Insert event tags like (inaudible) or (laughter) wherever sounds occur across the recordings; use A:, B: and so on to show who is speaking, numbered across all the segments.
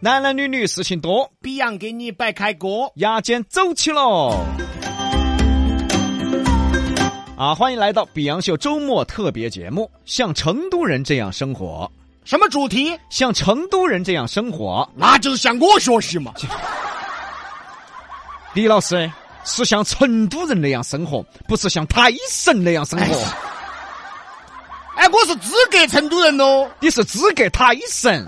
A: 男男女女事情多，
B: 比洋给你摆开锅。
A: 牙尖走起喽！啊，欢迎来到《比洋秀》周末特别节目。像成都人这样生活，
B: 什么主题？
A: 像成都人这样生活，
B: 那就是向我学习嘛。
A: 李老师是像成都人那样生活，不是像泰神那样生活。
B: 哎，我是资格成都人哦。
A: 你是资格泰神。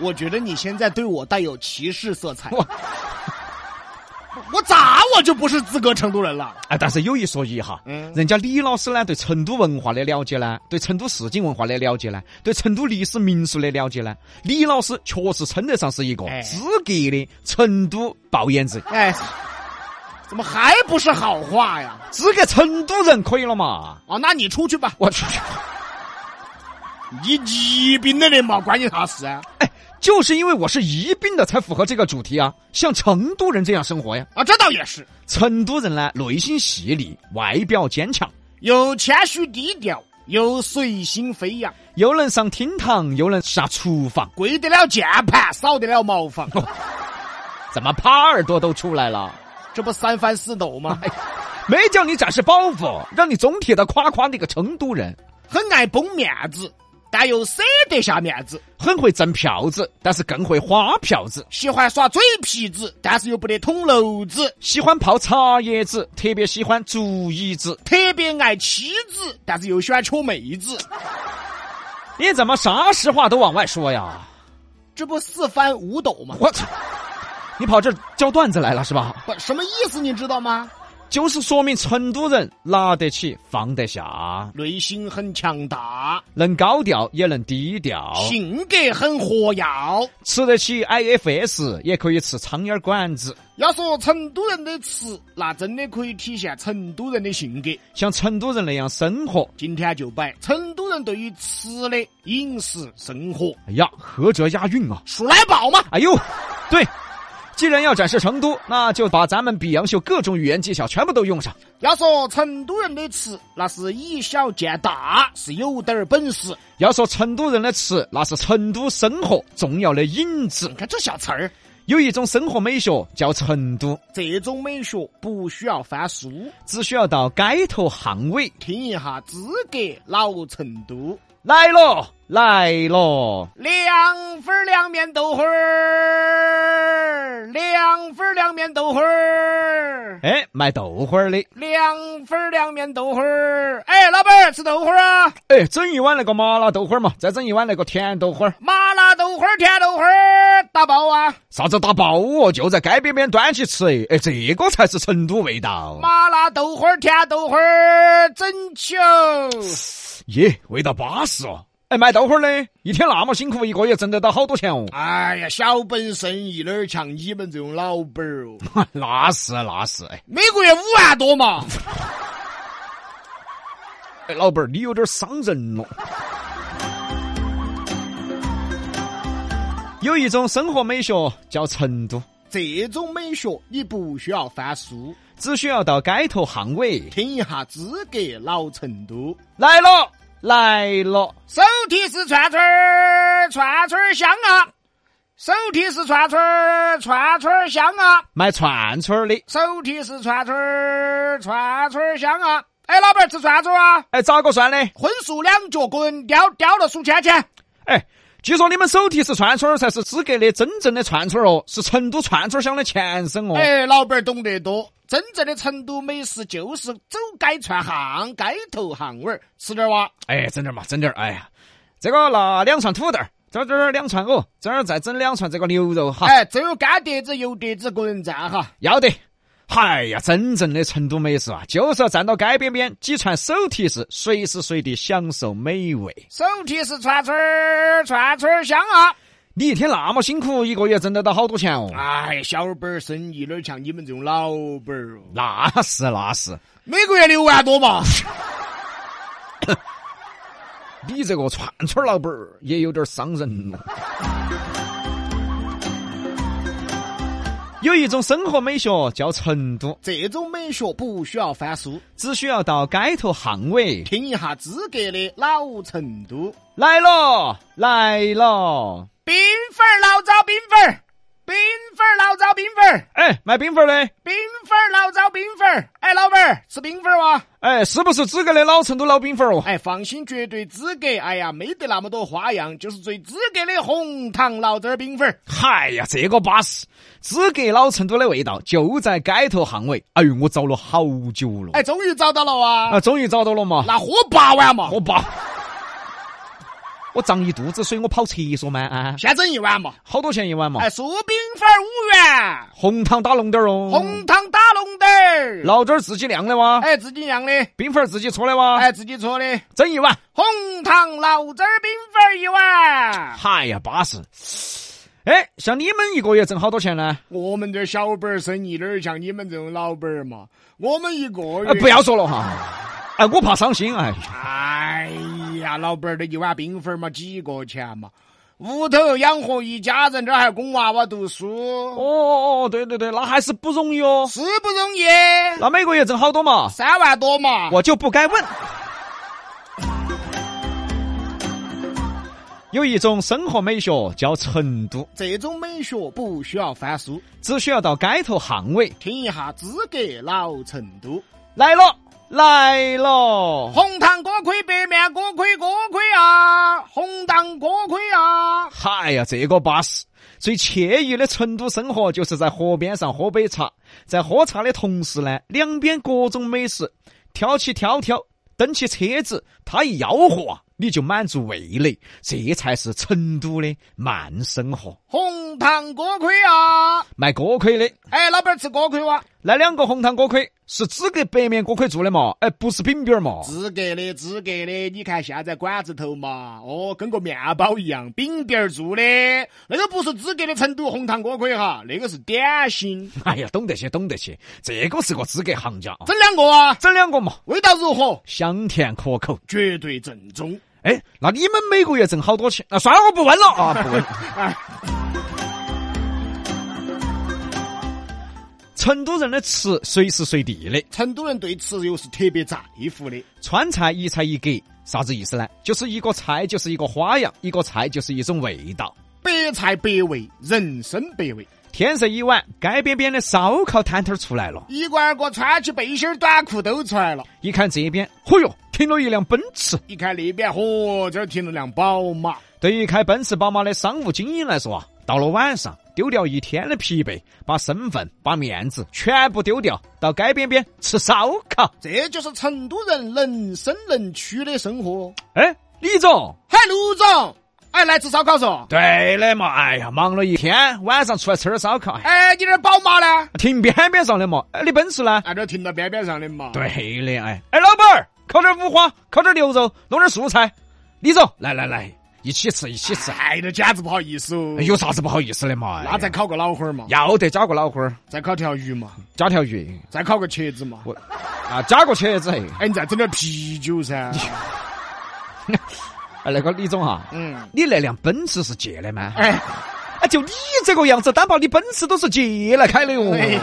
B: 我觉得你现在对我带有歧视色彩。
A: 我
B: 我我咋我就不是资格成都人了？
A: 哎，但是有一说一哈，
B: 嗯
A: 人家李老师呢对成都文化的了解呢，对成都市井文化的了解呢，对成都历史民俗的了解呢，李老师确实称得上是一个
B: 哎
A: 资格的成都爆眼子，
B: 哎，怎么还不是好话呀？
A: 资格成都人可以了嘛？
B: 哦，那你出去吧。
A: 我去，
B: 你疾病的嘞嘛，关你啥事啊？
A: 哎，就是因为我是宜宾的，才符合这个主题啊，像成都人这样生活呀。
B: 啊，这倒也是，
A: 成都人呢，内心细腻，外表坚强，
B: 又谦虚低调，又随心飞扬，
A: 又能上厅堂，又能下厨房，
B: 跪得了键盘，扫得了茅房，
A: 怎么耙耳朵都出来了？
B: 这不三翻四抖吗？哎
A: 没叫你展示包袱，让你总体的夸夸那个成都人，
B: 很爱绷面子，但又舍得下面子，
A: 很会挣票子，但是更会花票子，
B: 喜欢耍嘴皮子，但是又不得捅娄子，
A: 喜欢泡茶叶子，特别喜欢竹椅子。
B: 特别爱妻子，但是又喜欢戳妹子，
A: 你怎么啥实话都往外说呀？
B: 这不四翻五抖吗？
A: 我操！你跑这儿教段子来了是吧？
B: 不，什么意思你知道吗？
A: 就是说明成都人拿得起放得下，
B: 内心很强大，
A: 能高调也能低调，
B: 性格很活跃。
A: 吃得起 IFS 也可以吃苍蝇馆子。
B: 要说成都人的吃，那真的可以体现成都人的性格。
A: 像成都人那样生活，
B: 今天就摆成都人对于吃的饮食生活，
A: 哎呀，合辙押韵啊！
B: 数来宝嘛。
A: 哎呦， (laughs) 对，既然要展示成都，那就把咱们比洋秀各种语言技巧全部都用上。
B: 要说成都人的吃，那是以小见大，是有点儿本事。
A: 要说成都人的吃，那是成都生活重要的影子
B: 你。看这小词儿，
A: 有一种生活美学叫成都，
B: 这种美学不需要翻书，
A: 只需要到街头巷尾
B: 听一下资格老成都，
A: 来了来了，
B: 凉粉儿凉面豆花儿，凉粉儿凉面豆花儿，
A: 哎，卖豆花儿的，
B: 凉粉儿凉面豆花儿。哎，老板儿吃豆花儿啊，
A: 哎，整一碗那个麻辣豆花儿嘛，再整一碗那个甜豆花儿，
B: 麻辣豆花儿、甜豆花儿打包啊，
A: 啥子打包哦，就在街边边端起吃，哎，哎，这个才是成都味道。
B: 麻辣豆花儿、甜豆花儿整起哦。！
A: 耶，味道巴适哦！哎，卖豆花儿的，一天那么辛苦，一个月挣得到好多钱哦 (laughs)
B: 哎呀，小本生意哪儿像你们这种老板儿哦？
A: 那是那是，哎，
B: 每个月五万多嘛，
A: 哎老板儿，你有点伤人了。有一种生活美学叫成都，
B: 这种美学你不需要翻书，
A: 只需要到街头巷尾
B: 听一下资格老成都。
A: 来了来了，
B: 手提式串串儿，串串儿香啊！手提式串串儿，串串儿香啊！
A: 卖串串儿的，
B: 手提式串串儿，串串儿香啊！哎，老板儿吃串串儿啊！
A: 哎，咋个算呢？
B: 荤素两角滚，叼叼了数钱钱。
A: 哎，据说你们手提式串串儿才是资格的真正的串串儿哦，是成都串串儿香的前身哦。
B: 哎，老板儿懂得多。真正的成都美食就是走街串巷，街头巷尾儿吃点儿哇。
A: 哎，整点儿嘛，整点儿。哎呀，这个拿两串土豆儿，这儿哦这儿两串藕，这儿再整两串这个牛肉哈。
B: 哎，这有干碟子、油碟子，个人蘸哈。
A: 要得，哎呀，真正的成都美食啊，就是要站到街边边，几串手提式，随时随地享受美味。
B: 手提式串串儿，串串儿香啊！
A: 你一天那么辛苦，一个月挣得到好多钱哦？
B: 哎，小本儿生意哪儿像你们这种老本儿哦？
A: 那是那是，
B: 每个月六万多嘛。
A: 你这个串串老板儿也有点伤人了。有一种生活美学叫成都，
B: 这种美学不需要翻书，
A: 只需要到街头巷尾
B: 听一下资格的老成都。
A: 来了来了，
B: 冰粉儿醪糟冰粉儿，冰粉儿醪糟冰粉儿，
A: 哎，卖冰粉儿的，
B: 冰粉儿醪糟冰粉儿。哎，老板儿吃冰粉儿哇？
A: 哎，是不是资格的老成都老冰粉儿哦？
B: 哎，放心，绝对资格。哎呀，没得那么多花样，就是最资格的红糖醪糟冰粉儿。
A: 嗨呀，这个巴适，资格老成都的味道就在街头巷尾。哎呦，我找了好久了，
B: 哎，终于找到了哇、
A: 啊，终于找到了嘛，
B: 那喝八碗嘛，
A: 我爸，我涨一肚子水，我跑厕所嘛啊！
B: 先整一碗嘛。
A: 好多钱一碗嘛？
B: 哎，酥冰粉儿五元，
A: 红糖打龙点儿哦，
B: 红糖打龙灯儿。
A: 老点儿自己酿的哇，
B: 哎，自己酿的，
A: 冰粉儿自己搓的哇，
B: 哎，自己搓的。
A: 整一碗。
B: 红糖醪糟冰粉儿一碗。
A: 嗨呀，巴适！哎，像你们一个月挣好多钱呢？
B: 我们这小本儿生意哪儿像你们这种老本儿嘛？我们一个
A: 哎，
B: 月
A: 不。要说了哈。哎，我怕伤心哎。
B: 哎呀，老板儿的一碗冰粉儿嘛，几个钱嘛？屋头养活一家人，这还供娃娃读
A: 哦
B: 书，
A: 哦哦，对对对，那还是不容易哦。
B: 是不容易。
A: 那每个月挣好多嘛？
B: 三万多嘛，
A: 我就不该问。有一种生活美学叫成都，
B: 这种美学不需要翻书，
A: 只需要到街头巷尾
B: 听一下资格老成都。
A: 来了来了，
B: 红糖锅盔，白面锅盔，锅盔啊，红糖锅盔啊。
A: 嗨呀，这个巴适！最惬意的成都生活就是在河边上喝杯茶，在喝茶的同时呢，两边各种美食，挑起挑挑，蹬起车子，它一吆喝啊，你就满足味蕾，这才是成都的慢生活。
B: 红糖锅盔啊，
A: 卖锅盔的，
B: 哎，老板儿吃锅盔哇，
A: 来两个红糖锅盔，是资格白面锅盔做的嘛？哎，不是饼饼儿嘛？ (laughs)
B: 资格的，资格的。你看现在馆子头嘛，哦，跟个面包一样，饼饼儿做的，那个不是资格的成都红糖锅盔哈，那个是点心。
A: 哎呀，懂得些，懂得些，这个是个资格行家啊！
B: 整两个啊，
A: 整两个嘛，
B: 味道如何？
A: 香甜可口。
B: 绝对正宗。
A: 哎，那你们每个月挣好多钱？那算了，我不问了啊，不问。成都人的吃随时随地的，
B: 成都人对吃又是特别在乎的。
A: 川菜一菜一给，啥子意思呢？就是一个菜就是一个花样，一个菜就是一种味道。
B: 白菜百味，人参百味。
A: 天色已晚，街边边的烧烤摊摊儿出来了。
B: 一个二个穿起背心儿短裤都出来了。
A: 一看这边，嚯哟，停了一辆奔驰。
B: 一看那边，嚯，这儿停了辆宝马。
A: 对于开奔驰、宝马的商务精英来说啊，到了晚上，丢掉一天的疲惫，把身份、把面子全部丢掉，到街边边吃烧烤。
B: 这就是成都人能伸能屈的生活。
A: 哎，李总，
B: 嗨，卢总，哎，来吃烧烤嗦？
A: 对的嘛，哎呀，忙了一天，晚上出来吃点烧烤，哎，
B: 哎，你这儿宝马呢？
A: 停边边上的嘛。哎，你奔驰呢？
B: 按照停到边边上的嘛。，
A: 对的，哎，哎，老板儿，烤点五花，烤点牛肉，弄点素菜。李总，来来来，一起吃，一起吃。
B: 哎，这简直不好意思哦
A: 哎。有啥子不好意思的嘛？哎呀
B: 那再烤个老花儿嘛，
A: 要得，加个脑花儿，
B: 再烤条鱼嘛，
A: 加条鱼。
B: 再烤个茄子嘛。
A: 我啊，加个茄子。
B: 哎，你再整点啤酒噻。
A: 哎，那个李总啊，
B: 嗯，
A: 你那辆奔驰是借的吗？
B: 哎，
A: 哎，就你这个样子，担保你奔驰都是借来开的哟
B: 哎。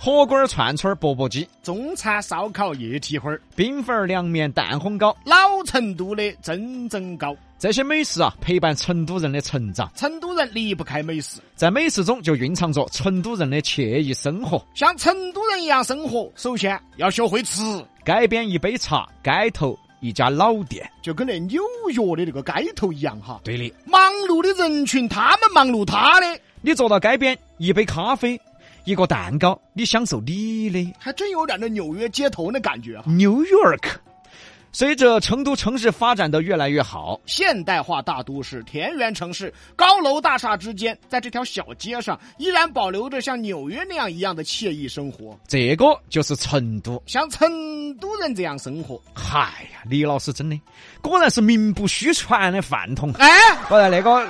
A: 火锅儿、串串儿、钵钵鸡、
B: 中餐烧烤一体花儿，
A: 冰粉儿、凉面、蛋烘糕，
B: 老成都的真正高。
A: 这些美食啊，陪伴成都人的成长，
B: 成都人离不开美食，
A: 在美食中就蕴藏着成都人的惬意生活。
B: 像成都人一样生活，首先要学会吃，
A: 街边一杯茶，街头一家老店。
B: 就跟那纽约的那个街头一样哈。
A: 对的，
B: 忙碌的人群，他们忙碌他的，
A: 你坐到街边，一杯咖啡，一个蛋糕，你享受你的。
B: 还真有点那纽约街头那感觉哈。啊
A: New York。随着成都城市发展的越来越好，
B: 现代化大都市、田园城市，高楼大厦之间，在这条小街上依然保留着像纽约那样一样的惬意生活，
A: 这个就是成都。
B: 像成都人这样生活。
A: 嗨哎呀，李老师真的果然是名不虚传的饭桶，
B: 哎
A: 不是那个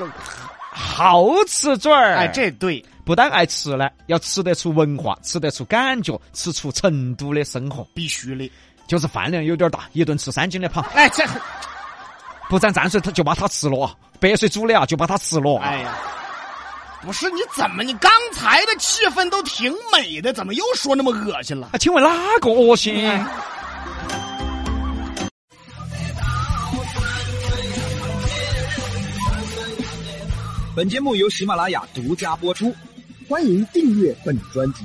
A: 好吃嘴儿。
B: 哎，这对，
A: 不但爱吃呢，要吃得出文化，吃得出感觉，吃出成都的生活。
B: 必须的。
A: 就是饭量有点大，一顿吃三斤的螃，
B: 哎，这，
A: 不沾蘸水它就把它吃了啊，白水煮的啊就把它吃了啊。
B: 哎呀，不是你怎么你刚才的气氛都挺美的，怎么又说那么恶心了？
A: 啊，请问哪个恶心？
B: 哎
C: 本节目由喜马拉雅独家播出。
D: 欢迎订阅本专辑。